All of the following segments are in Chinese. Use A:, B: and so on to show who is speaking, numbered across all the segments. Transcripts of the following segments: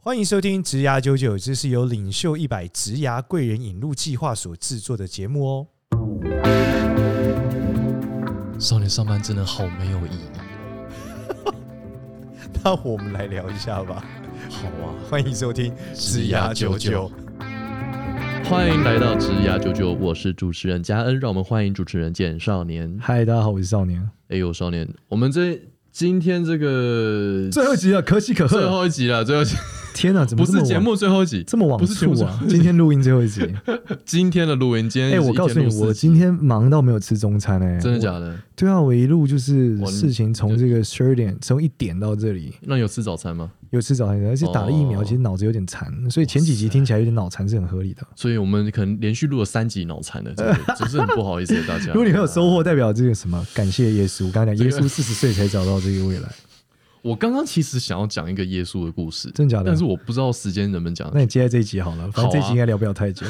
A: 欢迎收听《职涯九九》，这是由领袖一百职涯贵人引路计划所制作的节目哦。
B: 少年上班真的好没有意义，
A: 那我们来聊一下吧。
B: 好啊！
A: 欢迎收听《
B: 职涯九九》，欢迎来到职涯九九，我是主持人嘉恩，让我们欢迎主持人简少年。
C: 嗨，大家好，我是少年。
B: 哎呦，少年，我们这今天这个
C: 最后一集了，可喜可
B: 最
C: 贺。
B: 后一集了，最后一集
C: 天哪，怎么
B: 不
C: 这么
B: 是
C: 晚
B: 节目最后一集，
C: 这么往
B: 不是节目
C: 促
B: 最
C: 啊
B: 后一？集
C: 今天录音最后一 集。
B: 今天的录音，今天
C: 哎，
B: 是
C: 我
B: 一
C: 告诉
B: 天录
C: 你，
B: 四
C: 我
B: 集
C: 今天忙到没有吃中餐哎。
B: 真的假
C: 的？
B: 的？
C: 对啊，我一路就是
B: 哇你
C: 事情从这个十二点，从一点到这里，
B: 那你有吃早餐吗？
C: 有吃早餐，而且打了疫苗，
B: 哦
C: 其实脑子有点残，所以前几集听起来有点脑残是很合理的。
B: 所以我们可能连续录了三集 脑残的，真的只是很不好意思大家。
C: 如果你很有收获，代表这个什么？感谢耶稣。刚刚讲耶稣四十岁才找到这个未来，
B: 我刚刚其实想要讲一个耶稣的故事，
C: 真假的
B: 但是我不知道时间能不能讲得
C: 那你接在这一集好了，反正这一
B: 好啊
C: 集应该聊不了太 久。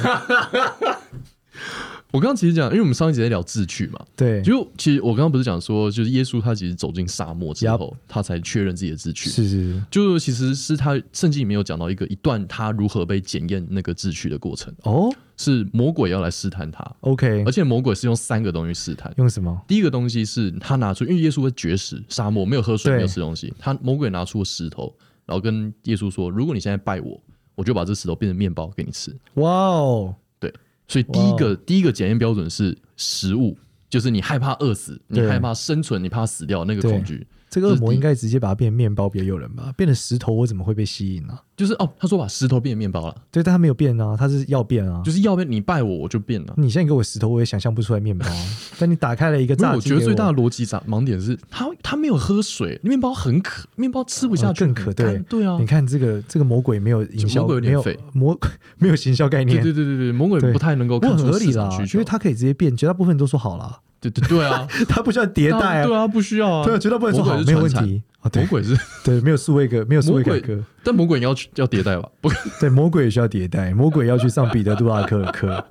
B: 我刚刚其实讲，因为我们上一集在聊智趣嘛，
C: 对，
B: 就其实我刚刚不是讲说，就是耶稣他其实走进沙漠之后，他才确认自己的智趣。
C: 是是是。
B: 就其实是他圣经里面有讲到一个一段他如何被检验那个智趣的过程，
C: 哦
B: 是魔鬼要来试探他，
C: ，OK，
B: 而且魔鬼是用三个东西试探。
C: 用什么？
B: 第一个东西是他拿出，因为耶稣会绝食，沙漠没有喝水，
C: 对
B: 没有吃东西。他魔鬼拿出石头，然后跟耶稣说：“如果你现在拜我，我就把这石头变成面包给你吃。”
C: 哇哦，
B: 对，所以第一个第一个检验标准是食物，就是你害怕饿死，你
C: 对
B: 害怕生存，你怕死掉那个
C: 对
B: 恐惧。
C: 这个恶
B: 这是
C: 魔
B: 第一
C: 应该直接把它变成面包比较诱人吧？变成石头，我怎么会被吸引呢、啊
B: 就是哦，他说把石头变成面包了，
C: 对，但他没有变啊，他是要变啊。
B: 就是要不然你拜我，我就变了。
C: 你现在给我石头，我也想象不出来面包啊。 但你打开了一个
B: 因为
C: 炸
B: 我
C: 鸡
B: 觉
C: 给
B: 得最大的逻辑盲盲点是，他他没有喝水，面包很渴，面包吃不下
C: 哦
B: 去，
C: 更渴
B: 很干
C: 对
B: 对啊
C: 你，看这个这个魔鬼没有营销，
B: 魔鬼有
C: 没
B: 点
C: 有
B: 废
C: 魔 没有行销概
B: 对
C: 念，
B: 对对对对，魔鬼
C: 对
B: 不太能够
C: 我
B: 看
C: 很
B: 出
C: 合理
B: 市
C: 啦
B: 场，需
C: 因
B: 求
C: 为，他可以直接变，绝大部分都说好 了，
B: 对对对啊，
C: 他不需要迭代
B: 对
C: 啊，
B: 啊，不需要啊，
C: 对啊，绝大部分说
B: 魔
C: 好
B: 鬼是
C: 没有问
B: 传
C: 题啊，
B: 魔
C: 对
B: 鬼是，
C: 对，没有数位格，没有数位
B: 魔
C: 改
B: 鬼
C: 革，
B: 但魔鬼你要要迭代吧？不，
C: 对，魔鬼也需要迭 代，魔鬼要去上彼得杜拉克的课。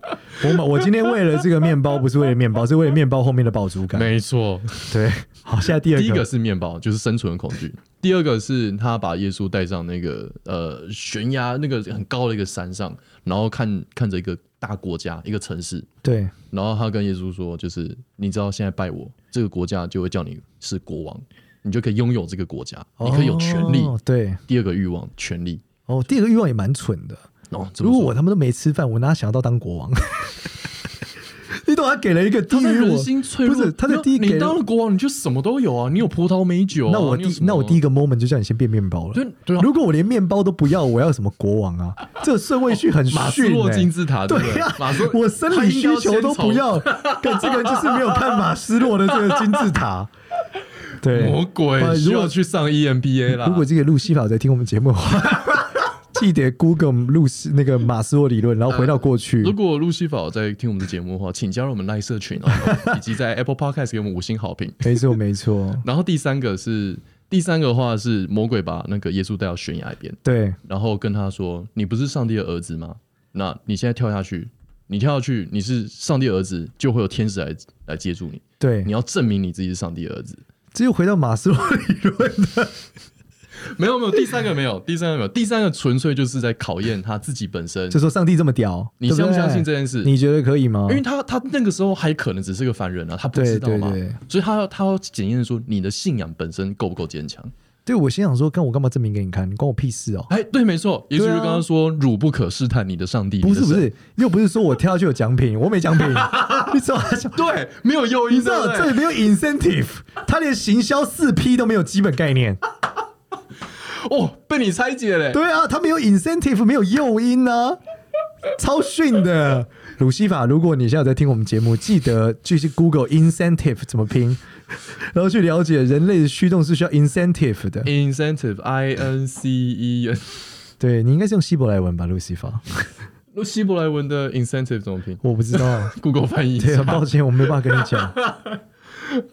C: 我买我今天为了这个面包，不是为了面包，是为了面包后面的饱足感。
B: 没错，
C: 对，好，现在第二个，
B: 第一个是面包，就是生存恐惧；第二个是他把耶稣带上那个呃悬崖那个很高的一个山上，然后看看着一个大国家一个城市，
C: 对，
B: 然后他跟耶稣说，就是你知道现在拜我，这个国家就会叫你是国王，你就可以拥有这个国家，你可以有权利。
C: 哦对，
B: 第二个欲望，权利。
C: 哦，第二个欲望也蛮蠢的。
B: 哦，怎么
C: 如果
B: 说
C: 我他妈都没吃饭，我哪想到当 国王？你懂？他给了一个低
B: 他在
C: 于
B: 人
C: 我，
B: 心脆弱，
C: 不是他在
B: 没有
C: 第一给
B: 你当了国王，你就什么都有啊，你有葡萄美酒、啊。
C: 那我
B: 你
C: 第
B: 有什么
C: 那我第一个 moment 就叫你先变面包了。
B: 对对啊，
C: 如果我连面包都不要，我要什么国王 啊？这个顺位序很
B: 马斯
C: 逊
B: 洛
C: 欸
B: 金字塔对不
C: 对
B: 对
C: 呀、
B: 马斯洛
C: 我生理需求都不要，跟这个就是没有看马斯洛的这个金字 塔。对，
B: 魔鬼啊
C: 呃
B: 需
C: 如
B: 要
C: 果
B: 去上 E EMBA 啦。
C: 如果这个路西法有在听我们节目的话， 记得 Google 路西那个马斯洛理论，然后回到过去。
B: 如果路西法有在听我们的节目的话，请加入我们赖社群哦， 以及在 Apple Podcast 给我们五星好评。
C: 没错，没错，
B: 然后第三个是第三个的话是魔鬼把那个耶稣带到悬崖边，
C: 对，
B: 然后跟他说：“你不是上帝的儿子吗？那你现在跳下去，你跳下去，你是上帝的儿子，就会有天使来来接 住你。
C: 对
B: 你，要证明你自己是上帝的儿子。”
C: 这又回到马斯洛理论。
B: 嗯没有没有，第三个没有，第三个没有，第三个纯粹就是在考验他自己本身
C: 就。说上帝这么屌，
B: 你
C: 对
B: 相不
C: 对
B: 相信这件事？
C: 你觉得可以吗
B: 因？为他他那个时候还可能只是个凡人啊，他不知道嘛，
C: 嗯对对对
B: 所以他要他要检验说你的信仰本身够不够坚强。
C: 对我心想说，跟我干嘛证明给你看？你关我屁事哦！
B: 哎，对，没错，耶稣
C: 对啊
B: 刚刚说“汝不可试探你的上帝”，
C: 不是
B: 你
C: 不
B: 的神，
C: 是，又不是说我跳下去有奖品，我没奖 品，你知道哎吗？
B: 对，没有诱
C: 你
B: 因，
C: 知道
B: 对不对
C: 这里没有 incentive，他连行销四 P 都没有基本概念。
B: 哦，被你拆解嘞。
C: 对啊，他没有 incentive，没有诱因呢、啊，超逊的。鲁西法，如果你现在有在听我们节目，记得继续 Google incentive 怎么拼，然后去了解人类的驱动是需要 incentive 的。
B: Incentive, I N C E N，
C: 对你应该是用希伯来文吧，路西法？
B: 那希伯来文的 incentive 怎么拼
C: 我不知道，
B: ？Google 翻译一
C: 对啊，
B: 下。
C: 抱歉，我没有办法跟你 讲。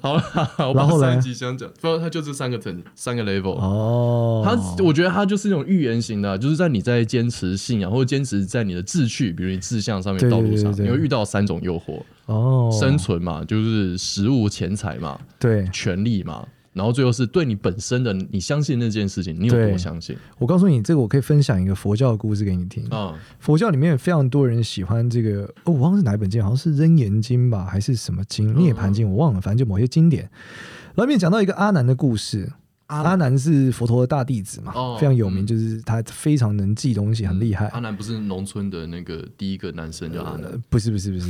B: 好了，我
C: 然
B: 把
C: 后嘞
B: 上一集想讲，不，它就这三个层，三个 level。
C: 哦，
B: 他，我觉得他就是那种预言型的啊，就是在你在坚持信仰或者坚持在你的志趣，比如你志向上面
C: 对
B: 道路
C: 对
B: 上，
C: 对对
B: 你会遇到三种诱惑：
C: 哦，
B: 生存嘛，就是食物、钱财嘛，
C: 对
B: 权力嘛，然后最后是对你本身的，你相信那件事情，你有
C: 对
B: 多相信
C: 我告诉你，这个我可以分享一个佛教的故事给你听。
B: 啊？
C: 佛教里面有非常多人喜欢这个，哦，我忘了是哪一本经，好像是《楞严经》吧，还是什么经，
B: 哦
C: 《涅盘经》，我忘了，反正就某些经典。然后里面讲到一个阿难的故事，阿
B: 南
C: 难是佛陀的大弟子嘛，
B: 哦
C: 非常有
B: 嗯
C: 名，就是他非常能记东西，很厉害。
B: 阿南不是农村的那个第一个男生叫阿南
C: 呃，不是不是不是，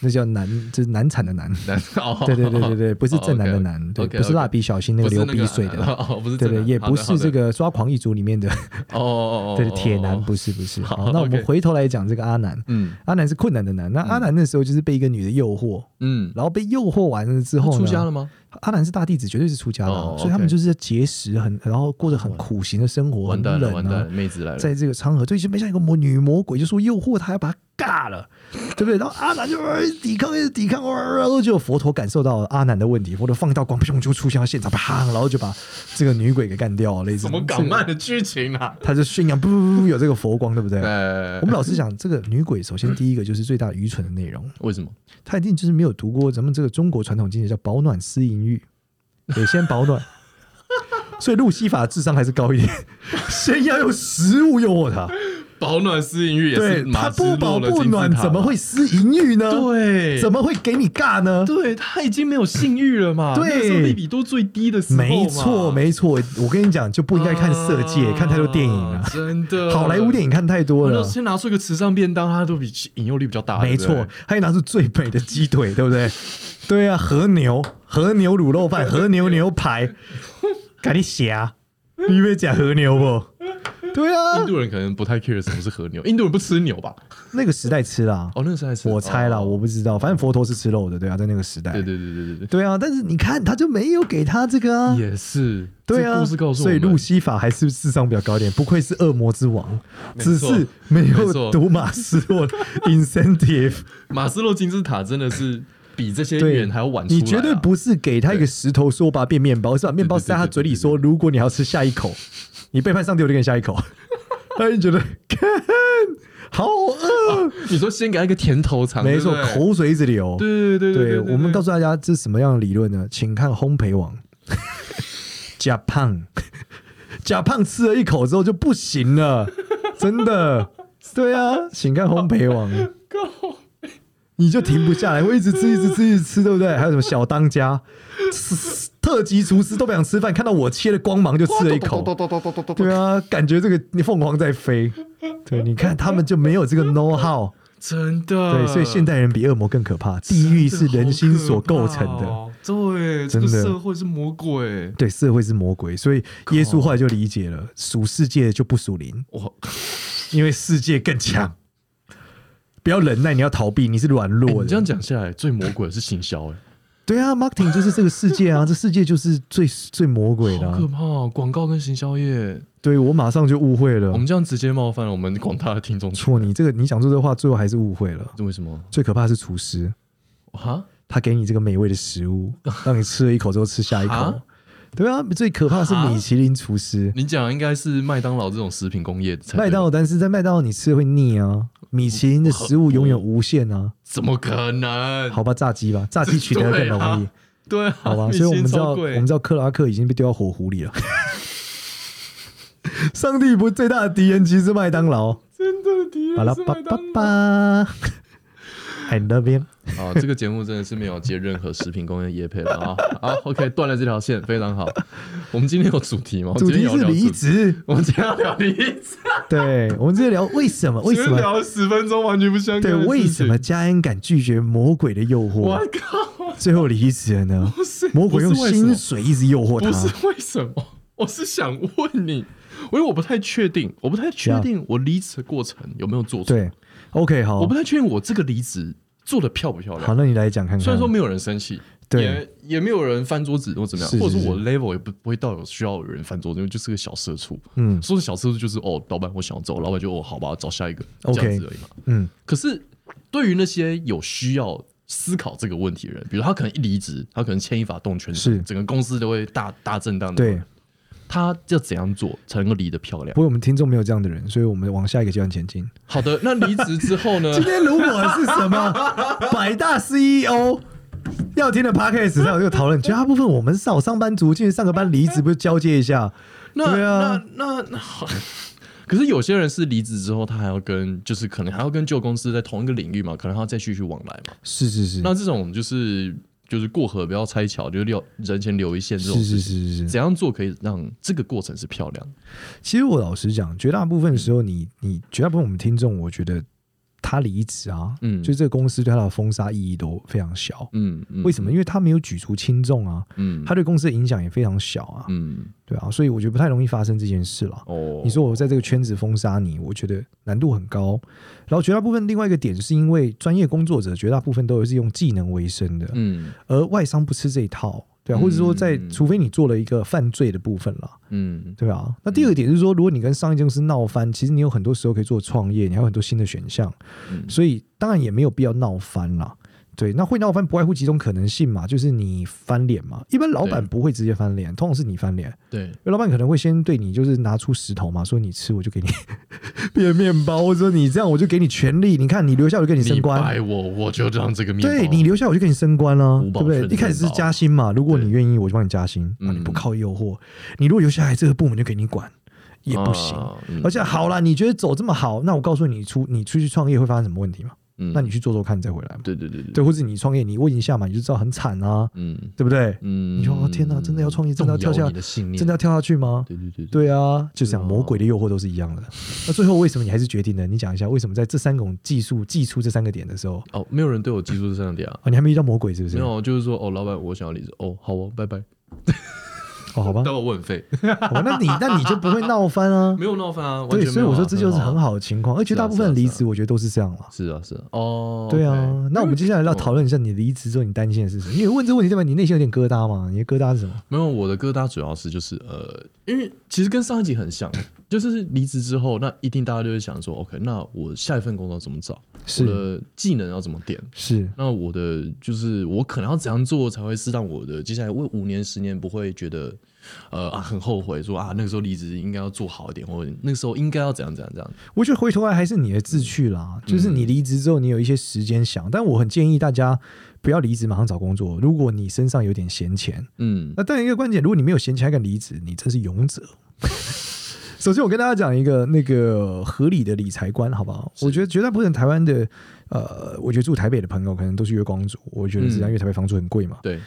C: 那叫难，就是难产的 难。
B: 男哦
C: 对 对对对对，不是
B: 哦
C: 正男的
B: OK，OK
C: 男，对
B: OK，
C: 不是
B: OK
C: 蜡笔小新那
B: 不
C: 个流
B: 是那
C: 鼻水的，
B: 哦，不是
C: 对
B: 正
C: 对，
B: 男
C: 也
B: 好的
C: 不是这
B: 好的
C: 个抓狂一族里面的，
B: 哦哦哦，
C: 对
B: 哦
C: 铁
B: 哦
C: 男
B: 哦
C: 不是不是。
B: 好
C: 好，那我们
B: OK
C: 回头来讲这个阿难，
B: 嗯
C: 阿南是困难的难。那阿南那时候就是被一个女的诱惑，
B: 嗯，
C: 然后被诱惑完了之
B: 他
C: 后呢，
B: 出家了吗？
C: 阿南是大弟子，绝对是出家的啊、
B: 哦，OK
C: 所以他们就是节食很，然后过着很苦行的生活，
B: 完
C: 很
B: 蛋了，
C: 冷
B: 完蛋
C: 啊
B: 了，。妹子来了，
C: 在这个昌河，对，就没像一个魔女魔鬼，就说诱惑他，要把他尬了，对不对？然后阿南就、呃抵抗，一直抵抗，呃然后就佛陀感受到阿南的问题，佛陀放到光，砰就出现到现场，砰，然后就把这个女鬼给干掉了，类似
B: 什么
C: 这个
B: 港漫的剧情啊？
C: 他就宣扬，不不不不，有这个佛光，对不对？
B: 呃
C: 我，们老实讲，这个女鬼首先第一个就是最大愚蠢的内容，
B: 为什么？
C: 她一定就是没有读过咱们这个中国传统经典叫“保暖思淫欲”，得先保 暖。所以路西法智商还是高一点，先要用食物诱惑他。
B: 保暖私淫欲也
C: 对
B: 是
C: 他
B: 马斯
C: 不
B: 洛
C: 饱
B: 的
C: 不
B: 金字
C: 暖，
B: 塔
C: 怎么
B: 嘛？
C: 会思淫欲呢？，
B: 对，
C: 怎么会给你尬呢？
B: 对他已经没有性欲了嘛？
C: 对
B: 那时候利比多最低的时候嘛，
C: 没错，没错，我跟你讲，就不应该看《色戒》
B: 啊
C: 看太多电影了，
B: 真的，
C: 好莱坞电
B: 影
C: 影看太多了。
B: 先拿出一个慈善便当，它都比引诱力比较大，
C: 没
B: 啊对不对
C: 错，还拿出最美的鸡腿，对不 对？对啊，和牛、和牛卤肉饭、和牛牛排，赶紧写啊！你会讲和牛不？对啊
B: 印，度人可能不太 care 什么是和牛，印度人不吃牛吧？
C: 那个时代吃啦，
B: 哦，那个时代吃，
C: 我猜啦，
B: 哦
C: 我不知道，反正佛陀是吃肉的，对啊，在那个时代，
B: 对对对对对
C: 对啊，但是你看他就没有给他这个啊
B: 对，。也是，
C: 对
B: 这
C: 啊，
B: 故事告诉我
C: 所以
B: 们，
C: 路西法还是智商比较高一点，不愧是恶魔之王，
B: 没错
C: 只是没
B: 没
C: 有
B: 错
C: 读马斯 洛 incentive。
B: 马斯洛金字塔真的是比这些
C: 对，
B: 远还要晚出来
C: 你
B: 啊，
C: 绝对不是给他一个石头说把它变面包，是把面包塞他嘴里说，如果你要吃下一口，你背叛上帝，我就给你下一口。他就觉得 看好饿，
B: 你说先给他一个甜头尝，
C: 没错
B: 啊对，不对
C: 口水一直流。
B: 对对对
C: 对，我们告
B: 到
C: 诉大家这是什么样的理论呢？请看烘焙网， 假胖， 假胖吃了一口之后就不行了，真的。对啊，请看烘焙网，你就停不下来，会一直吃，一直吃，一直吃，对不对？还有什么小当家、吃特级厨师都不想吃饭，看到我切的光芒就吃了一口。对啊，感觉这个你凤凰在飞。对，你看他们就没有这个 know how。
B: 真的，
C: 对，所以现代人比恶魔更可怕，地狱是人心所构成
B: 真的
C: 的。
B: 好可怕哦，对，这
C: 真
B: 个
C: 的
B: 社会是魔鬼，
C: 对，社会是魔鬼，所以耶稣后来就理解了，属世界就不属灵，
B: 哇，
C: 因为世界更强。不要忍耐，你要逃避，你是软弱
B: 我
C: 的。
B: 哎这样讲下来，最魔鬼的是行销，哎，
C: 对啊，marketing 就是这个世界 啊，这世界就是最最魔鬼的
B: 好
C: 啊、
B: 可怕哦，广告跟行销业，
C: 对啊我马上就误会了
B: 我，们这样直接冒犯了我们广大的听众群，
C: 错你这个你讲出这话，最后还是误会了。
B: 为什么
C: 最可怕的是厨师，
B: 啊？
C: 他给你这个美味的食 物，让你吃了一口之后吃下一口
B: 啊。
C: 对啊，最可怕的是米其林厨师。
B: 你讲的应该是麦当劳这种食品工业才对
C: 麦当劳，但是在麦当劳你吃会腻啊，米其林的食物永远无限啊。
B: 怎么可能？
C: 好吧，炸鸡吧，炸鸡取代更容易，
B: 对啊，
C: 好 吧？
B: 明
C: 所以我们
B: 星
C: 知道，
B: 超
C: 我
B: 贵
C: 们知道克拉克已经被丢到火狐 里了。上帝不是最大的敌人，其实是麦当劳。
B: 真的敌
C: 巴拉
B: 人是
C: 巴
B: 麦
C: 巴
B: 当劳。
C: 巴，I love you。
B: 啊，这个节目真的是没有接任何食品工业业配了啊！ 好，OK，断了这条线，非常好。我们今天有主题吗？我们
C: 主
B: 今天
C: 题
B: 有
C: 是
B: 聊
C: 离职，
B: 我们哦今天要聊离职，
C: 对我们直接聊为什么？为什
B: 今天
C: 么？
B: 聊十分钟完全不相干
C: 对，
B: 的事情？
C: 为什么嘉恩敢拒绝魔鬼的诱
B: 我
C: 惑，
B: 靠！
C: 最后离职了 呢？
B: 不是
C: 魔鬼用
B: 不是为什么
C: 薪水一直诱惑
B: 不
C: 他。
B: 是为什么，我是想问你，因为我不太确定，我不太确定我离职的过程有没有做错，
C: 对，OK，好哦
B: 我不，太确定我这个离职做的漂不漂
C: 好，
B: 亮。
C: 那你来讲看看。
B: 虽然说没有人生气，
C: 嗯对
B: 也也没有人翻桌子或怎么样，
C: 是是
B: 或者
C: 是
B: 说我 level 也不不会到有需要有人翻桌子，因为就是个小社畜。
C: 嗯
B: 说是小社畜就是哦，老板我想走，老板就哦好吧，找下一个
C: OK
B: 这样子而已嘛。
C: 嗯，
B: 可是对于那些有需要思考这个问题的人，比如他可能一离职，他可能牵一发动全身，
C: 是
B: 整个公司都会大大震荡的。
C: 对。
B: 他要怎样做才能够离得漂亮
C: 不？过我们听众没有这样的人，所以我们往下一个阶段前进。
B: 好 的，那离职之后呢？
C: 今天如果是什么百大 CEO，E 要听的 podcast 才有这个讨论。绝大部分我们少上班族，进去上个班离职，不是交接一下？
B: 那
C: 对啊
B: 那那 那好。可是有些人是离职之后，他还要跟，就是可能还要跟旧公司在同一个领域嘛，可能还要再继续往来嘛。
C: 是是是，
B: 那这种就是就是过河不要拆桥，就是留人前留一线这
C: 是
B: 种
C: 是
B: 事情，
C: 是是是。
B: 怎样做可以让这个过程是漂亮？
C: 其实我老实讲，绝大部分时候你，你绝大部分我们听众，我觉得他离职啊，
B: 嗯
C: 就这个公司对他的封杀意义都非常小。
B: 嗯，嗯
C: 为什么？因为他没有举足轻重啊，
B: 嗯，
C: 他对公司的影响也非常小啊，
B: 嗯
C: 对啊，所以我觉得不太容易发生这件事了。
B: 哦，
C: 你说我在这个圈子封杀你，我觉得难度很高。然后绝大部分另外一个点是因为专业工作者绝大部分都是用技能为生的，
B: 嗯
C: 而外商不吃这一套，对啊，或者说在
B: 嗯
C: 除非你做了一个犯罪的部分了，
B: 嗯
C: 对啊。那第二个点是说，如果你跟上一间公司闹翻，其实你有很多时候可以做创业，你还有很多新的选项，
B: 嗯
C: 所以当然也没有必要闹翻啦。对，那会闹翻不外乎几种可能性嘛，就是你翻脸嘛。一般老板
B: 对
C: 不会直接翻脸，通常是你翻脸，
B: 对，
C: 因为老板可能会先对你就是拿出石头嘛，说你吃我就给你 变面包，或者说你这样我就给你权利，你看你留下我就给你升
B: 你
C: 官
B: 摆，我，我就让这个面包
C: 对你留下我就给你升官啦、
B: 五
C: 对
B: 宝
C: 不对
B: 顺？
C: 一开始是加薪嘛，如果你
B: 对
C: 愿意我就帮你加薪，啊、
B: 嗯
C: 你不靠诱惑，你如果留下来这个部门就给你管也不行。
B: 啊嗯
C: 而且好啦，你觉得走这么好，那我告诉你出你出去创业会发生什么问题嘛？
B: 嗯
C: 那你去做做看，你再回来嘛。
B: 对对对对，
C: 对，或者你创业，你问一下嘛，你就知道很惨啊，
B: 嗯
C: 对不对？
B: 嗯，
C: 你说哦天哪真的要创业真的要跳下
B: 动摇你的信念，
C: 真的要跳下去吗？
B: 对对对，
C: 对啊，就
B: 对
C: 讲
B: 啊
C: 魔鬼的诱惑都是一样的。那最后为什么你还是决定呢？你讲一下为什么在这三种技术寄出这三个点的时候
B: 哦，没有人对我记住这样点啊。
C: 啊，你还没遇到魔鬼是不是？
B: 没
C: 哦，
B: 有，就是说，哦，老板，我想要离职。哦，好哦，拜拜。
C: 哦好 吧，
B: 但我很废，
C: 好吧，那你那你就不会闹翻啊。
B: 没有闹翻啊，完
C: 对，
B: 全没
C: 所以
B: 有啊
C: 我说这就是很。好的情况，而且
B: 是啊
C: 大部分
B: 是啊
C: 离
B: 是啊
C: 职我觉得都是这样了。
B: 是啊，是啊，哦，
C: 对
B: OK 哦
C: 啊，那我们接下来要讨论一下你离职之后你担心的事情，因为问这个问题代表你内心有点疙瘩嘛？你的疙瘩是什么？
B: 没有，我的疙瘩主要是就是呃，因为其实跟上一集很像，就是离职之后，那一定大家就会想说，OK，那我下一份工作怎么找？我
C: 是
B: 的技能要怎么点？
C: 是
B: 那我的就是我可能要怎样做才会是让我的接下来为五年十年不会觉得呃啊很后悔说啊那个时候离职应该要做好一点，或者那个时候应该要怎样怎样怎样。
C: 我觉得回头来还是你的志趣
B: 嗯
C: 啦，就是你离职之后，你有一些时间想，但我很建议大家不要离职马上找工作。如果你身上有点闲钱，
B: 嗯
C: 那但一个关键，如果你没有闲钱还敢离职，你真是勇者。 首先，我跟大家讲一个那个合理的理财观，好不好？我觉得绝大部分台湾的，呃，我觉得住台北的朋友可能都是月光族，我觉得是这样，
B: 嗯
C: 因为台北房租很贵嘛。
B: 对，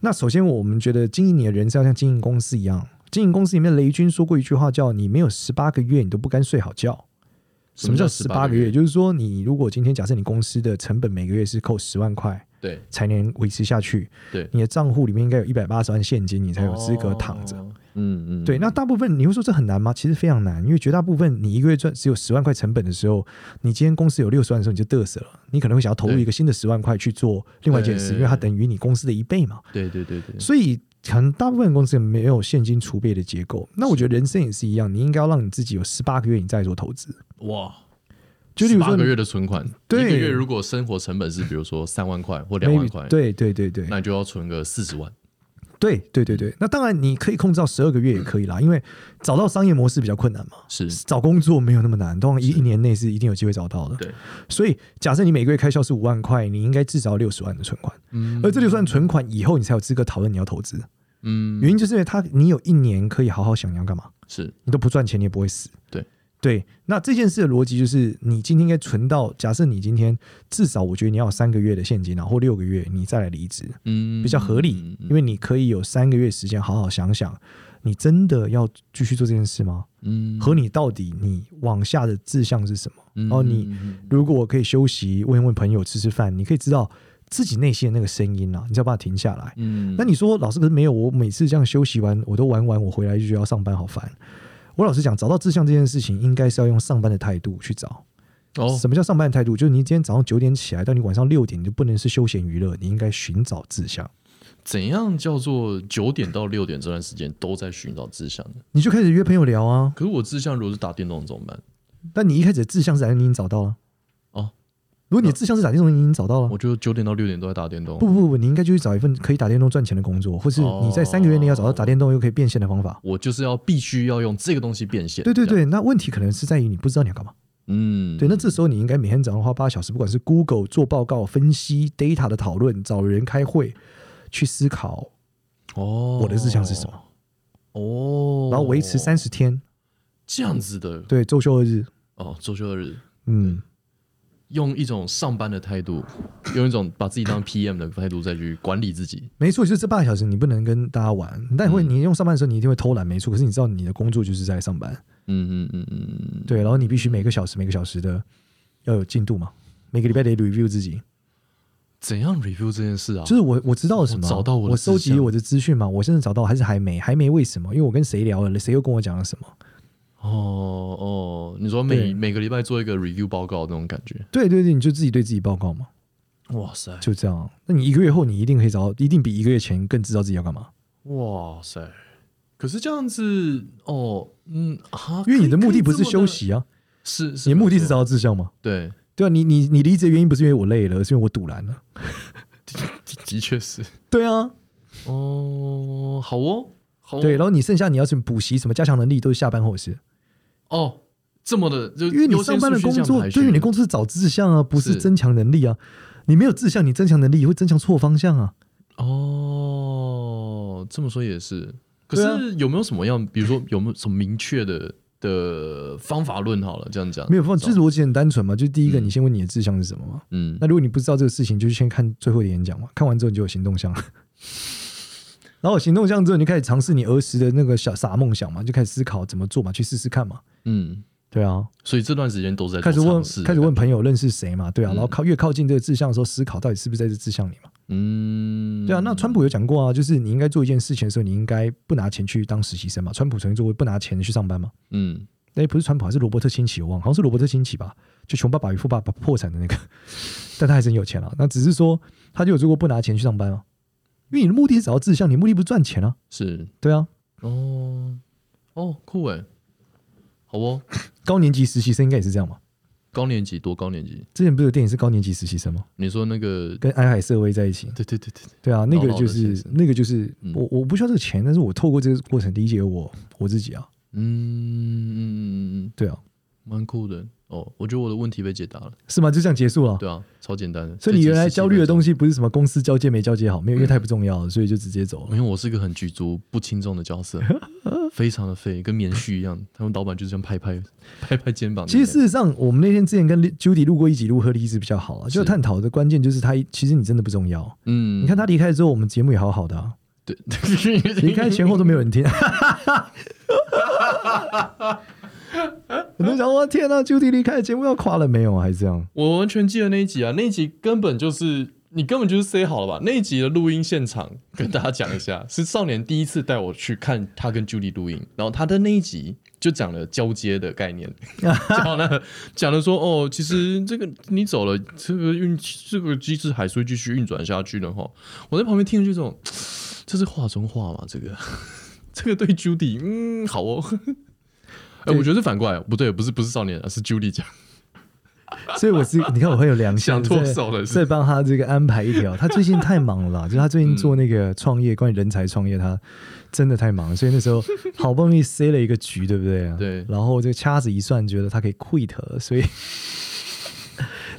C: 那首先，我们觉得经营你的人是要像经营公司一样，经营公司里面雷军说过一句话，叫“你没有十八个月，你都不该睡好觉”。什么叫十八
B: 18
C: 个月？？就是说，你如果今天假设你公司的成本每个月是扣十万块
B: 对
C: 才能维持下去，
B: 对，
C: 你的账户里面应该有一百八十万现金，你才有资格躺着。
B: 哦。嗯嗯，
C: 对，那大部分你会说这很难吗？其实非常难，因为绝大部分你一个月赚只有十万块成本的时候，你今天公司有六十万的时候你就嘚瑟了，你可能会想要投入
B: 对
C: 一个新的十万块去做另外一件事，
B: 对
C: 因为它等于你公司的一倍嘛。
B: 对对对对，
C: 所以可能大部分公司没有现金储备的结构。那我觉得人生也是一样，你应该要让你自己有十八个月你再做投资。
B: 哇，
C: 就例如说
B: 八个月的存款，
C: 对
B: 一个月如果生活成本是比如说三万块或两
C: maybe-
B: 万块，，
C: 对对对对
B: 那你就要存个四十万。
C: 对对对对。那当然你可以控制到十二个月也可以
B: 嗯
C: 啦，因为找到商业模式比较困难嘛。
B: 是，
C: 找工作没有那么难，通常一一年内是一定有机会找到的。
B: 对，
C: 所以假设你每个月开销是五万块，你应该至少六十万的存款，
B: 嗯
C: 而这六十万存款以后你才有资格讨论你要投资。
B: 嗯
C: 原因就是因为他你有一年可以好好想你要干嘛，
B: 是
C: 你都不赚钱，你也不会死。
B: 对
C: 对，那这件事的逻辑就是，你今天应该存到，假设你今天至少我觉得你要有三个月的现金啊，然后六个月你再来离职，
B: 嗯
C: 比较合理，因为你可以有三个月时间好好想想，你真的要继续做这件事吗？
B: 嗯
C: 和你到底你往下的志向是什么？
B: 然
C: 哦你
B: 嗯
C: 如果可以休息，问一问朋友，吃吃饭，你可以知道自己内心的那个声音啊啦，你才把它停下来。
B: 嗯
C: 那你说老师可是没有，我每次这样休息完，我都玩完，我回来就觉得要上班，好烦。我老实讲，找到志向这件事情，应该是要用上班的态度去找。
B: 哦
C: 什么叫上班的态度？就是你今天早上九点起来，到你晚上六点，你就不能是休闲娱乐，你应该寻找志向。
B: 怎样叫做九点到六点这段时间都在寻找志向呢？
C: 你就开始约朋友聊啊。
B: 可是我志向如果是打电动怎么办？
C: 但你一开始的志向是哪里？你已经找到了。
B: 哦，
C: 如果你的志向是打电动，你已经找到了
B: 我。就九点到六点都在打电动
C: 不。不不，你应该就去找一份可以打电动赚钱的工作，或是你在三个月内要找到打电动又可以变现的方法。
B: 我就是要必须要用这个东西变现。
C: 对对
B: 哦这样，
C: 对，那问题可能是在于你不知道你要干嘛。
B: 嗯，
C: 对，那这时候你应该每天早上花八小时，不管是 Google 做报告、分析 data 的讨论、找人开会，去思考，
B: 哦，
C: 我的志向是什么？
B: 哦，
C: 然后维持三十天，
B: 这样子的
C: 对，周休二日，
B: 哦，周休二日，
C: 嗯，
B: 用一种上班的态度，用一种把自己当 PM 的态度再去管理自己。
C: 没错，就是这半个小时你不能跟大家玩，但
B: 嗯
C: 会你用上班的时候你一定会偷懒，没错。可是你知道你的工作就是在上班，
B: 嗯嗯嗯嗯，
C: 对，然后你必须每个小时每个小时的要有进度嘛，每个礼拜得 review 自己。
B: 怎样 review 这件事啊？
C: 就是我我知道了什么，
B: 我找到我
C: 我
B: 的志向
C: 收集我的资讯嘛，我现在找到还是还没，还没为什么？因为我跟谁聊了，谁又跟我讲了什么？
B: 哦哦，你说每
C: 对
B: 每个礼拜做一个 review 报告那种感觉，
C: 对对对，你就自己对自己报告嘛，
B: 哇塞，
C: 就这样。那你一个月后，你一定可以找到，一定比一个月前更知道自己要干嘛，
B: 哇塞！可是这样子哦，嗯啊，
C: 因为你的
B: 可以
C: 目的不是休，
B: 可以
C: 息啊，
B: 这么的是是
C: 你的目的
B: 没
C: 是
B: 错
C: 找到志向嘛。
B: 对，
C: 对啊，你你你离职的原因不是因为我累了，而是因为我堵拦了。
B: 的的 确是
C: 对啊，
B: 哦，好哦，好哦
C: 对，然后你剩下你要是补习什么加强能力，都是下班后的事。
B: 哦，这么的就
C: 因为你上班的工作，对于你工作是找志向啊，不是
B: 是
C: 增强能力啊。你没有志向，你增强能力也会增强错方向啊。
B: 哦，这么说也是。可
C: 对啊
B: 是有没有什么样，比如说有没有什么明确的的方法论？好了，这样讲
C: 没有办法，就是逻辑很单纯嘛。就第一个，
B: 嗯
C: 你先问你的志向是什么嘛。
B: 嗯
C: 那如果你不知道这个事情，就先看最后的演讲嘛。看完之后你就有行动项了。 然后有行动项之后，你就开始尝试你儿时的那个小傻梦想嘛，就开始思考怎么做嘛，去试试看嘛。
B: 嗯，
C: 对啊，
B: 所以这段时间都在做
C: 开始问
B: 尝试
C: 开始问，朋友认识谁嘛，对啊，
B: 嗯
C: 然后靠越靠近这个志向的时候，思考到底是不是在这志向里嘛。
B: 嗯，
C: 对啊，那川普有讲过啊，就是你应该做一件事情的时候，你应该不拿钱去当实习生嘛。川普曾经做过不拿钱去上班嘛。
B: 嗯，
C: 哎，不是川普，还是罗伯特清崎，我忘了，好像是罗伯特清崎吧？就《穷爸爸与富爸爸》破产的那个， 但他还是很有钱啊。那只是说，他就有做过不拿钱去上班啊，因为你的目的是找到志向，你目的不是赚钱啊，
B: 是
C: 对啊。
B: 哦哦，酷哎，好哦，
C: 高年级实习生应该也是这样嘛？
B: 高年级多高年级？
C: 之前不是有电影是高年级实习生吗？
B: 你说那个
C: 跟安海瑟薇在一起，
B: 对对对对对，
C: 对啊，那个
B: 老老
C: 就
B: 的
C: 是
B: 先生
C: 那个就是
B: 嗯
C: 我我不需要这个钱，但是我透过这个过程理解我我自己啊，
B: 嗯嗯嗯嗯嗯，
C: 对啊，
B: 蛮酷的哦。我觉得我的问题被解答了，
C: 是吗？就这样结束了。
B: 对啊，超简单的。
C: 所以你原来焦虑的
B: 西，
C: 东西不是什么公司交接没交接好，没有，因为太不重要了，所以就直接走了。
B: 没有，我是个很举足不轻重的角色， 非常的废，跟棉絮一样。他们老板就是这样拍拍拍拍肩膀。
C: 其实事实上，我们那天之前跟 Judy 录过一集如何离职比较好啊，
B: 是
C: 就探讨的关键就是他其实你真的不重要。
B: 嗯，
C: 你看他离开之后，我们节目也好好的、啊，
B: 对，
C: 离开前后都没有人听。 我都想说，天啊，Judy 离开的节目要垮了没有啊？还是这样？
B: 我完全记得那一集啊，那一集根本就是你根本就是 say 好了吧？那一集的录音现场跟大家讲一下，是少年第一次带我去看他跟 Julie 录音，然后他的那一集就讲了交接的概念，讲了讲了说哦，其实这个你走了，这个运这个机制还是会继续运转下去的哈。我在旁边听着就这种，这是画中画嘛？这个 这个对 Judy，嗯，好哦。哎、
C: 对
B: 我觉得是反过来，不对，不是不是少年啊，是 Julie 讲，
C: 所以我是你看我很有良心，
B: 想脱
C: 在
B: 手了是
C: 再帮他这个安排一条。他最近太忙了啦，就是他最近
B: 嗯
C: 做那个创业，关于人才创业，他真的太忙了，所以那时候好不容易塞了一个局，对不对？
B: 对
C: 然后这个掐指一算，觉得他可以 quit，了所以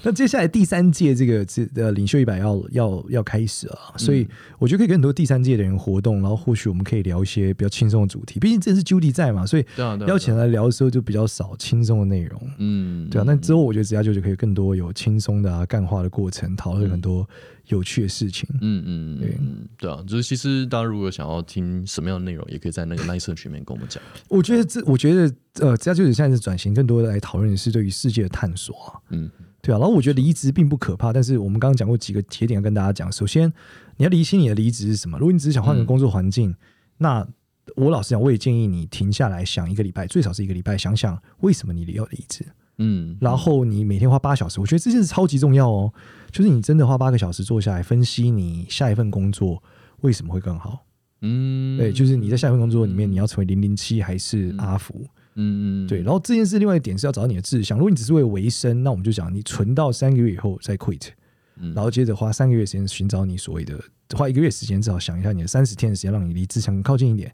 C: 那接下来第三届这个这呃领袖一百要要要开始了，所
B: 嗯
C: 以我觉得可以跟很多第三届的人活动，然后或许我们可以聊一些比较轻松的主题。毕竟这次 Judy 在嘛，所以
B: 对啊对啊
C: 邀请来聊的时候就比较少轻松的内容。
B: 嗯，
C: 对啊，那之后我觉得职涯就就可以更多有轻松的啊、干化的过程，讨论很多有趣的事情。
B: 嗯嗯嗯嗯，对啊，就是其实大家如果想要听什么样的内容，也可以在那个 Line 社群里面跟我们讲。
C: 我觉得这，我觉得呃，职涯就是现在是转型，更多的来讨论的是对于世界的探索啊。
B: 嗯，
C: 对啊，然后我觉得离职并不可怕，但是我们刚刚讲过几个节点要跟大家讲。首先，你要厘清你的离职是什么。如果你只是想换个
B: 嗯
C: 工作环境，那我老实讲，我也建议你停下来想一个礼拜，最少是一个礼拜，想想为什么你要离职。
B: 嗯，
C: 然后你每天花八小时，我觉得这件事超级重要哦。就是你真的花八个小时坐下来分析你下一份工作为什么会更好。
B: 嗯，
C: 对，就是你在下一份工作里面，
B: 嗯
C: 你要成为零零七还是阿福？
B: 嗯嗯，
C: 对，然后这件事另外一点是要找到你的志向。如果你只是为了维生，那我们就讲你存到三个月以后再 quit，
B: 嗯
C: 然后接着花三个月时间寻找你所谓的，花一个月时间至少想一下你的三十天的时间，让你离志向更靠近一点，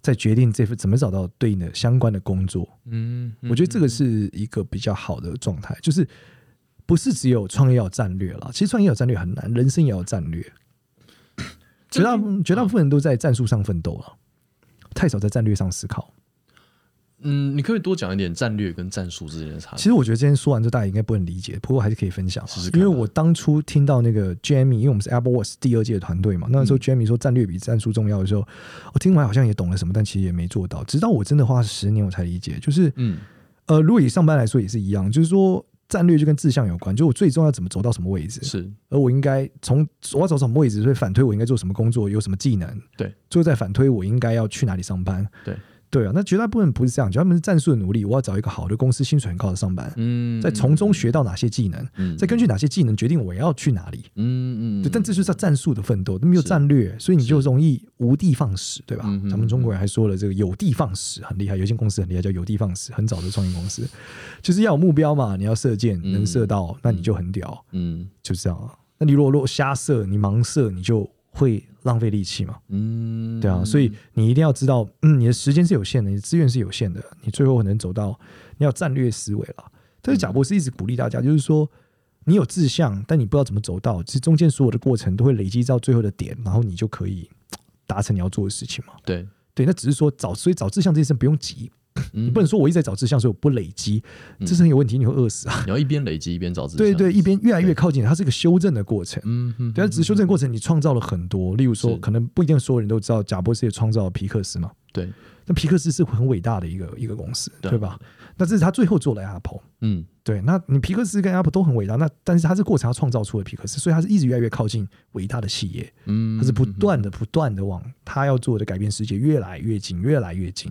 C: 再决定这份怎么找到对应的相关的工作。
B: 嗯，
C: 我觉得这
B: 个
C: 个是一个比较好的状态，就是 不是只有创业要有战略啦，其实创业要有战略很难，人生也要有战略。绝大绝大部分人都在战术上奋斗了，太少在战略上思考。
B: 嗯，你可以多讲一点战略跟战术之间的差
C: 其
B: 别。
C: 实我觉得今天说完之后，大家应该不能理解，不过还是可以分享啊。
B: 啊试试看
C: 因
B: 啊
C: 为我当初听到那个 Jamie，因为我们是 Apple Watch 第二届的团队嘛，那时
B: 嗯
C: 候 Jamie 说战略比战术重要的时候，我听完好像也懂了什么，但其实也没做到。直到我真的花了十年，我才理解，就是
B: 嗯，
C: 呃，如果以上班来说也是一样，就是说战略就跟志向有关，就是我最终要怎么走到什么位置，
B: 是
C: 而我应该从我要走什么位置，所以反推我应该做什么工作，有什么技能，
B: 对，
C: 最后再反推我应该要去哪里上班，
B: 对
C: 对啊，那绝大部分不是这样，绝大部分是战术的努力，我要找一个好的公司，薪水很高的上班，
B: 嗯，
C: 再从中学到哪些技能，
B: 嗯，
C: 再根据哪些技能决定我要去哪里。
B: 嗯嗯，
C: 对，但这就是战术的奋斗，没有
B: 是
C: 战略，所以你就容易无的放矢，对吧
B: 嗯哼？
C: 咱们中国人还说了，这个有的放矢很厉害，有一些公司很厉害，叫有的放矢，很早的创业公司， 就是要有目标嘛，你要射箭，
B: 嗯
C: 能射到，那你就很屌，
B: 嗯
C: 就这样啊。那你如果如果瞎射，你盲射，你就会浪费力气嘛，
B: 嗯，
C: 对啊。所以你一定要知道，嗯，你的时间是有限的，你的资源是有限的，你最后能走到，你要战略思维了。但是贾博士一直鼓励大家，就是说。你有志向，但你不知道怎么走到，其实中间所有的过程都会累积到最后的点，然后你就可以嘖达成你要做的事情嘛。
B: 对，
C: 对，那只是说找，所以找志向这件事不用急，
B: 你
C: 你不能说我一直在找志向，所以我不累积，这是很有问题，你会饿死啊。
B: 嗯你要一边累积一边找自己，
C: 对对，一边越来越靠近，它是一个修正的过程。
B: 啊嗯嗯，
C: 对，但只是修正的过程，你创造了很多，例如说，
B: 是
C: 可能不一定所有人都知道贾博士也创造了皮克斯嘛，
B: 对，
C: 但皮克斯是很伟大的一个一个公司，
B: 对啊
C: 对吧？那这是他最后做了 Apple。
B: 嗯
C: 对，那你皮克斯跟 Apple 都很伟大，那但是它是过程它创造出了皮克斯，所以它是一直越来越靠近伟大的企业，
B: 嗯，
C: 它是不断的、不断的往它要做的改变世界越来越近、越来越近。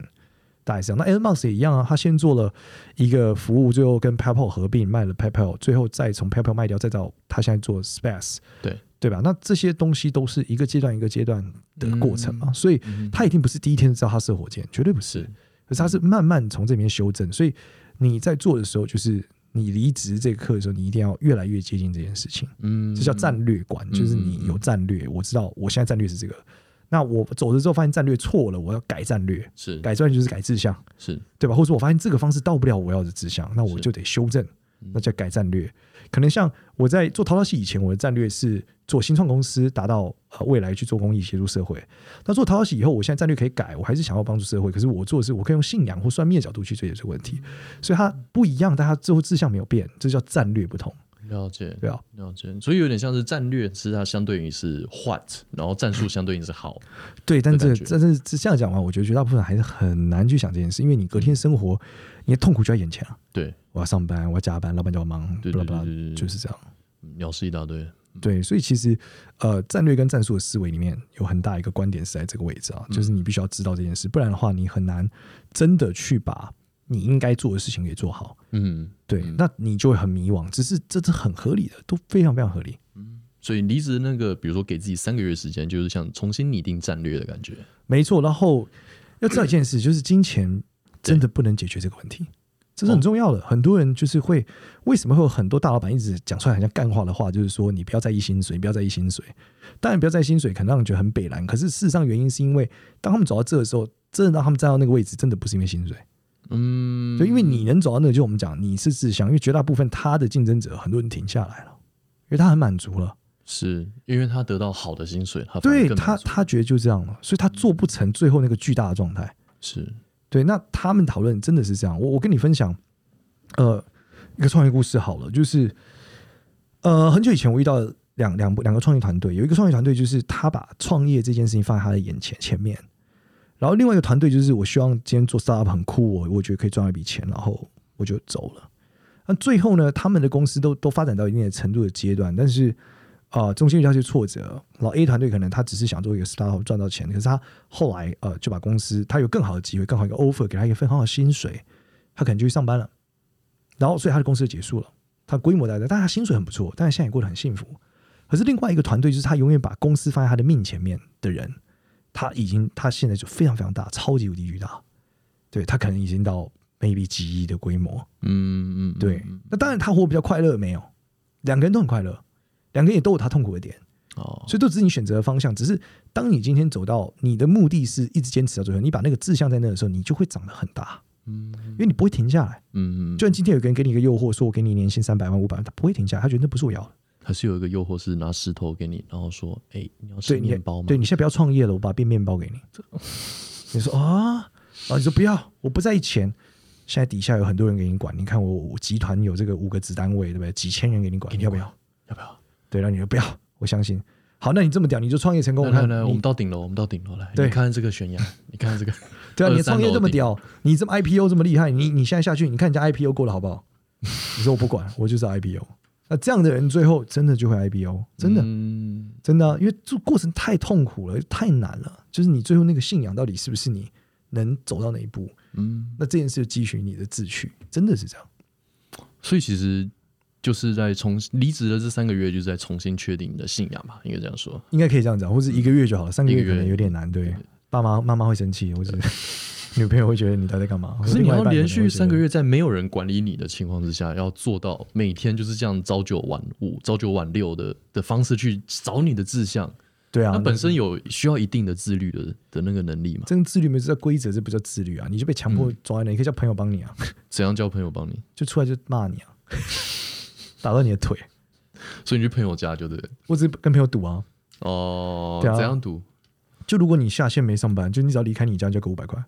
C: 大概是这样。那 Elon Musk 也一样啊，他先做了一个服务，最后跟 PayPal 合并卖了 PayPal，最后再从 PayPal 卖掉，再到他现在做 Space，
B: 对
C: 对吧？那这些东西都是一个阶段一个阶段的过程嘛，
B: 嗯
C: 所以
B: 嗯
C: 他一定不是第一天知道他射火箭，绝对不是
B: 是。嗯
C: 可是他是慢慢从这边修正，所以你在做的时候，就是你离职这个课的时候，你一定要越来越接近这件事情，
B: 嗯，
C: 这叫战略观，就是你有战略，我知道我现在战略是这个，那我走了之后发现战略错了，我要改战略，
B: 是
C: 改战略就是改志向，
B: 是
C: 对吧？或者我发现这个方式到不了我要的志向，那我
B: 是嗯
C: 就得修正，那叫改战略。可能像我在做淘淘系以前，我的战略是做新创公司，达到呃未来去做公益，协助社会。那做淘淘系以后，我现在战略可以改，我还是想要帮助社会，可是我做的是我可以用信仰或算命的角度去解决这个问
B: 嗯
C: 题，所以它不一样，但它最后志向没有变，这叫战略不同，
B: 了解
C: 对吧？
B: 了解，所以有点像是战略是它相对应是 what，然后 战术相对应是 how，
C: 对，但这
B: 的
C: 个
B: 感觉
C: 但是这样讲完，我觉得绝大部分还是很难去想这件事，因为你隔天
B: 嗯
C: 生活，你的痛苦就在眼前啊。
B: 对，
C: 我要上班，我要加班，老板叫我忙，
B: 对
C: 巴
B: 对
C: 拉巴拉
B: 对对对，对
C: 就是这样。
B: 鸟事一大堆，
C: 对，所以其实呃，战略跟战术的思维里面有很大一个观点是在这个位置啊，就是你必须要知道这件事，不然的话你很难真的去把你应该做的事情给做好。
B: 嗯，
C: 对，那你就会很迷惘。只是这是很合理的，都非常非常合理。
B: 所以离职那个，比如说给自己三个月时间，就是想重新拟定战略的感觉。
C: 没错，然后要知道一件事，就是金钱真的不能解决这个问题，这是很重要的。很多人就是会为什么会有很多大老板一直讲出来很像干话的话，就是说你不要在意薪水，你不要在意薪水。当然不要在意薪水，可能让人觉得很北蓝。可是事实上原因是因为当他们走到这的时候，真的让他们站到那个位置，真的不是因为薪水，
B: 嗯，
C: 就因为你能走到那个，就我们讲你是志向，因为绝大部分他的竞争者很多人停下来了，因为他很满足了。
B: 是因为他得到好的薪水，他反而
C: 对
B: 更
C: 他，
B: 满足
C: 他觉得就这样了，所以他做不成最后那个巨大的状态。
B: 是
C: 对，那他们讨论真的是这样。我我跟你分享，呃，一个创业故事好了，就是呃，很久以前我遇到两两两个创业团队，有一个创业团队就是他把创业这件事情放在他的眼前前面，然后另外一个团队就是我希望今天做 startup 很酷，哦我我觉得可以赚到一笔钱，然后我就走了。那最后呢，他们的公司都都发展到一定的程度的阶段，但是呃，中间遇到一些挫折，然后 A 团队可能他只是想做一个 startup 赚到钱，可是他后来呃就把公司他有更好的机会，更好一个 offer 给他一个更好的薪水，他可能就去上班了，然后所以他的公司就结束了，他规模大的，但他薪水很不错，但是现在也过得很幸福。可是另外一个团队就是他永远把公司放在他的命前面的人，他已经他现在就非常非常大，超级无敌巨大，对他可能已经到 maybe 几亿的规模，
B: 嗯嗯嗯
C: 对
B: 嗯，
C: 那当然他活得比较快乐没有，两个人都很快乐，两个人也都有他痛苦的点。
B: 哦
C: 所以都只是你选择的方向。只是当你今天走到你的目的是一直坚持到最后，你把那个志向在那的时候，你就会长得很大，
B: 嗯嗯
C: 因为你不会停下来。
B: 嗯，
C: 就算今天有个人给你一个诱惑，说我给你年薪三百万、五百万，他不会停下来，他觉得那不是我要的，
B: 还是有一个诱惑是拿石头给你，然后说：“哎、你要吃
C: 对，你
B: 面包吗？”
C: 对你现在不要创业了，我把变面包给你。你说啊啊，你说不要，我不在钱。现在底下有很多人给你管，你看我我集团有这个五个子单位，对不对？几千人给你管，你要不要？
B: 要不要？
C: 对，然后你说不要，我相信。好，那你这么屌，你就创业成功。
B: 来
C: 我
B: 来
C: 看
B: 来，我
C: 你
B: 们到顶楼，我们到顶楼来。
C: 对，
B: 你看这个悬崖，你看这个
C: 对啊，你的创业这么
B: 23楼
C: 屌，你这么 IPO 这么厉害，你你现在下去，你看人家 IPO 过了好不 好？你说我不管，我就是 IPO。那这样的人最后真的就会 IPO，真的、
B: 顶，嗯，
C: 真的啊、因为这过程太痛苦了，太难了。就是你最后那个信仰到底是不是你能走到哪一步？
B: 嗯，
C: 那这件事就汲取你的志趣，真的是这样。
B: 所以其实就是在重离职的这三个月，就是在重新确定你的信仰嘛，应该这样说。
C: 应该可以这样讲，或者一个月就好了，三个
B: 一个
C: 月可能
B: 月
C: 有点难。对，爸妈妈妈会生气，或者 女朋友会觉得你到底在干嘛？
B: 可是你
C: 或者另外
B: 要
C: 一半
B: 连
C: 可能会
B: 续
C: 觉得
B: 三个月在没有人管理你的情况之下，要做到每天就是这样朝九晚五、朝九晚六的的方式去找你的志向，
C: 对啊，
B: 那
C: 那
B: 本身有需要一定的自律的的那个能力嘛？
C: 这跟自律没有这叫规则，这不叫自律啊！你就被强
B: 嗯
C: 迫抓在那，你可以叫朋友帮你啊，
B: 怎样交朋友帮你？
C: 就出来就骂你啊， 打到你的腿，
B: 所以你去朋友家就对了。
C: 或者是跟朋友赌啊。
B: 哦，
C: 对啊
B: 怎样读？
C: 就如果你下线没上班，就你只要离开你家就给五百块，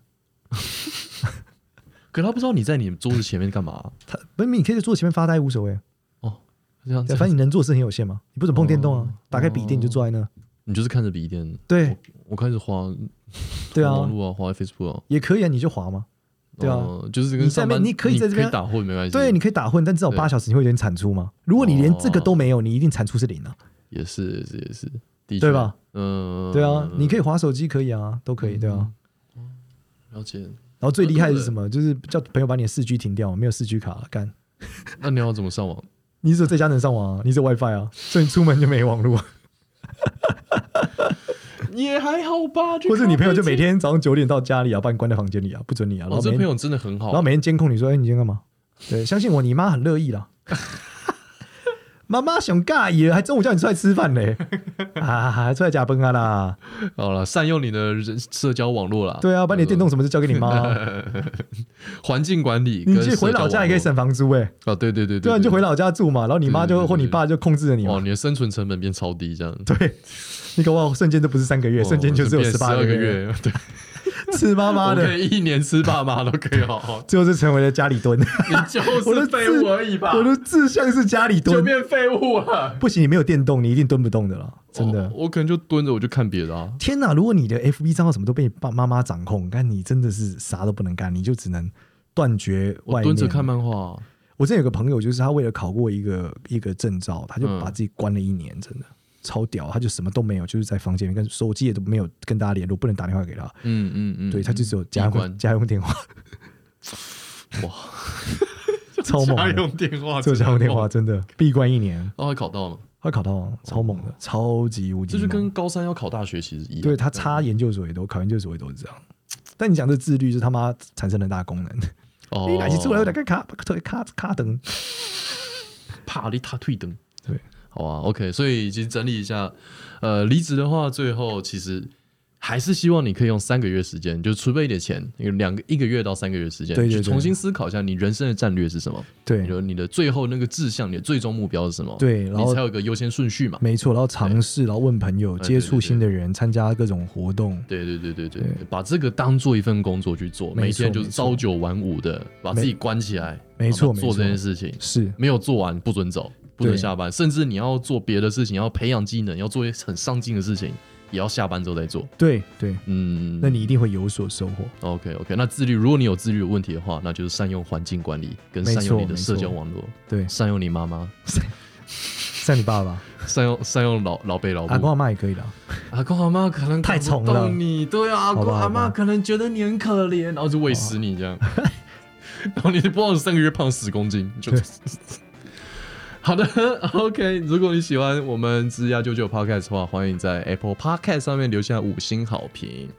B: 可他不知道你在你桌子前面干嘛、
C: 他不是你可以在桌子前面发呆无所谓，
B: 哦，这样，
C: 对反正
B: 正
C: 你能做的事情有限嘛，你不准碰电动啊，
B: 哦
C: 打开笔电你就坐在那，
B: 你就是看着笔电。
C: 对
B: 我开始滑
C: 对啊
B: 滑，网络啊，滑 Facebook 啊。
C: 也可以啊，你就滑嘛，对啊
B: 哦就是
C: 你
B: 跟
C: 在
B: 上
C: 那边
B: 班，
C: 你可以在这边
B: 打混没关系。
C: 对，你可以打混，但至少
B: 对哦
C: 八小时你会有点产出嘛。如果你连这个都没有，你一定产出是零啊，
B: 也是也是也是，的确
C: 对吧？
B: 嗯，
C: 对啊，你可
B: 以
C: 以滑手机可以啊，都可以，对啊。
B: 了解。
C: 然后最厉害的是什么？就是叫朋友把你的四 G 停掉，没有四 G 卡了，啊干。
B: 那你要怎么上网？
C: 你只有在家能上网 啊，你只有 WiFi 啊，所以你出门就没网络啊，
B: 也还好吧，
C: 或者你朋友就每天早上九点到家里啊，把你关在房间里啊，不准你啊，然
B: 哦，
C: 后
B: 这
C: 每
B: 朋
C: 天、
B: 友真的很好
C: 然后。每天监控你说，哎、你今天干嘛？对，相信我，你妈很乐意啦。 妈妈想尬意了，还中午叫你出来吃饭 嘞，啊，出来假崩啊啦！
B: 好了，善用你的人社交网络啦。
C: 对啊，把你的电动
B: 呃
C: 什么都交给你妈，
B: 环境管理跟
C: 你
B: 社交网络，
C: 去回老家也可以省房租哎、
B: 啊，对对对
C: 对啊，你就回老家住嘛，然后你妈就
B: 对对对
C: 或你爸就控制着你
B: 哦，
C: 嘛，
B: 你的生存成本变超低，这样哦
C: 对，你搞不好瞬间都不是三个月，
B: 对
C: 瞬间就只有十八
B: 个
C: 个月，
B: 月，对，
C: 吃妈妈
B: 我可
C: 的，，
B: 以一年吃爸妈都可以好好
C: 最后就成为了家里蹲。
B: 你就
C: 我的志
B: 是废物而已吧，
C: 我的志向是家里
B: 就
C: 蹲，
B: 变废物了，
C: 不行，你没有电动，你一定蹲不动的了，真的。
B: 哦我可能就蹲着我就看别的啊，
C: 天哪！如果你的 FB 账号什么都被你爸妈妈掌控，看你真的是啥都不能干，你就只能断绝
B: 我
C: 外面。
B: 蹲着看嗯漫画啊，
C: 我之前有个朋友，就是他为了考过一个一个证照，他就把自己关了一年，真的超屌。他就什么都没有，就是在房间里面跟手机也都没有跟大家联络，不能打电话给他。
B: 嗯嗯嗯，
C: 对，他就只有家
B: 闭
C: 用
B: 关
C: 家用电话，
B: 哇，
C: 超猛
B: 家
C: 的，
B: 用电话，
C: 只有家用
B: 哦
C: 电话，，真的闭关一年，
B: 哦，还考到了，
C: 会考到超猛的，超级无敌
B: 这
C: 猛。
B: 就跟高三要考大学其实一样，
C: 对他差研究所也都考研究所也都是这样。但你讲这自律，就是他妈产生了大功能。
B: 哦，
C: 哎你哪起 出来有点卡卡卡卡等，
B: 啪哩他退灯。
C: 对，
B: 好啊，OK。所以其实整理一下，呃，离职的话，最后其实还是希望你可以用三个月时间，就储备一点钱，有两个一个月到三个月时间，
C: 对对对
B: 去重新思考一下你人生的战略是什么，你
C: 对
B: 的你的最后那个志向，你的最终目标是什么，
C: 对，然
B: 你
C: 后
B: 才有一个优先顺序嘛。
C: 没错，然后尝试，然后问朋友，
B: 哎对
C: 接触新的人，参加各种活动，
B: 对对对对对
C: 对，
B: 把这个当做一份工作去做，
C: 没
B: 每
C: 错
B: 天就是
C: 没错
B: 朝九晚五的，把自己关起来，
C: 没错
B: 然
C: 没
B: 后哦做这
C: 错
B: 件事情，
C: 是
B: 没有做完不准走，不准
C: 对
B: 下班，甚至你要做别的事情，要培养技能，要做一些很上进的事情，也要下班之后再做。
C: 对对，
B: 嗯，
C: 那你一定会有所收获。
B: OK OK，那自律，如果你有自律的问题的话，那就是善用环境管理，跟
C: 没错
B: 善用你的社交网络，
C: 对，
B: 善用你妈妈，
C: 像你爸爸、
B: 善用善用老老辈老
C: 阿公
B: 母，
C: 阿妈也可以的，
B: 阿啊公阿妈可能
C: 太
B: 看不
C: 宠了
B: 懂你对啊，阿
C: 好吧
B: 公阿
C: 好
B: 妈
C: 吧啊
B: 可能觉得你很可怜，然后就喂食你这样， 然后你不知道三个月胖十公斤， 就
C: 对。
B: 好的，OK。如果你喜欢我们枝丫九九 Podcast 的话，欢迎在 Apple Podcast 上面留下五星好评，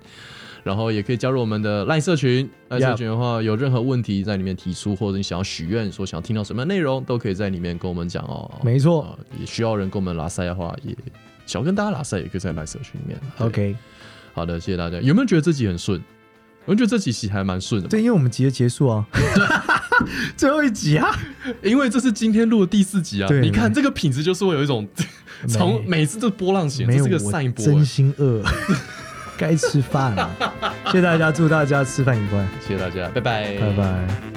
B: 然后也可以加入我们的赖社群。赖
C: Yeah
B: 社群的话，有任何问题在里面提出，或者你想要许愿，说想要听到什么样的内容，都可以在里面跟我们讲哦。
C: 没错
B: 啊。也需要人跟我们拉塞的话，也想要跟大家拉塞，也可以在赖社群里面。对
C: OK，
B: 好的，谢谢大家。有没有觉得这集很顺？我觉得这几期还蛮顺的嘛，
C: 对，因为我们急着结束 啊，最后一集啊，
B: 因为这是今天录的第四集啊。
C: 对
B: 你看这个品质就是会有一种从每次都波浪形，这是个啊
C: 我
B: 散播。
C: 真心饿， 该吃饭了。谢谢大家，祝大家吃饭愉快，
B: 谢谢大家，拜拜，
C: 拜拜。